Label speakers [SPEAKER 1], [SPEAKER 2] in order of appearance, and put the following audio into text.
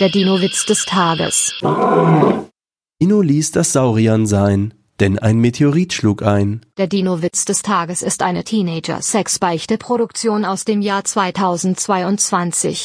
[SPEAKER 1] Der Dino-Witz des Tages.
[SPEAKER 2] Inno ließ das Sauriern sein, denn ein Meteorit schlug ein.
[SPEAKER 1] Der Dino-Witz des Tages ist eine Teenager-Sex-Beichte-Produktion aus dem Jahr 2022.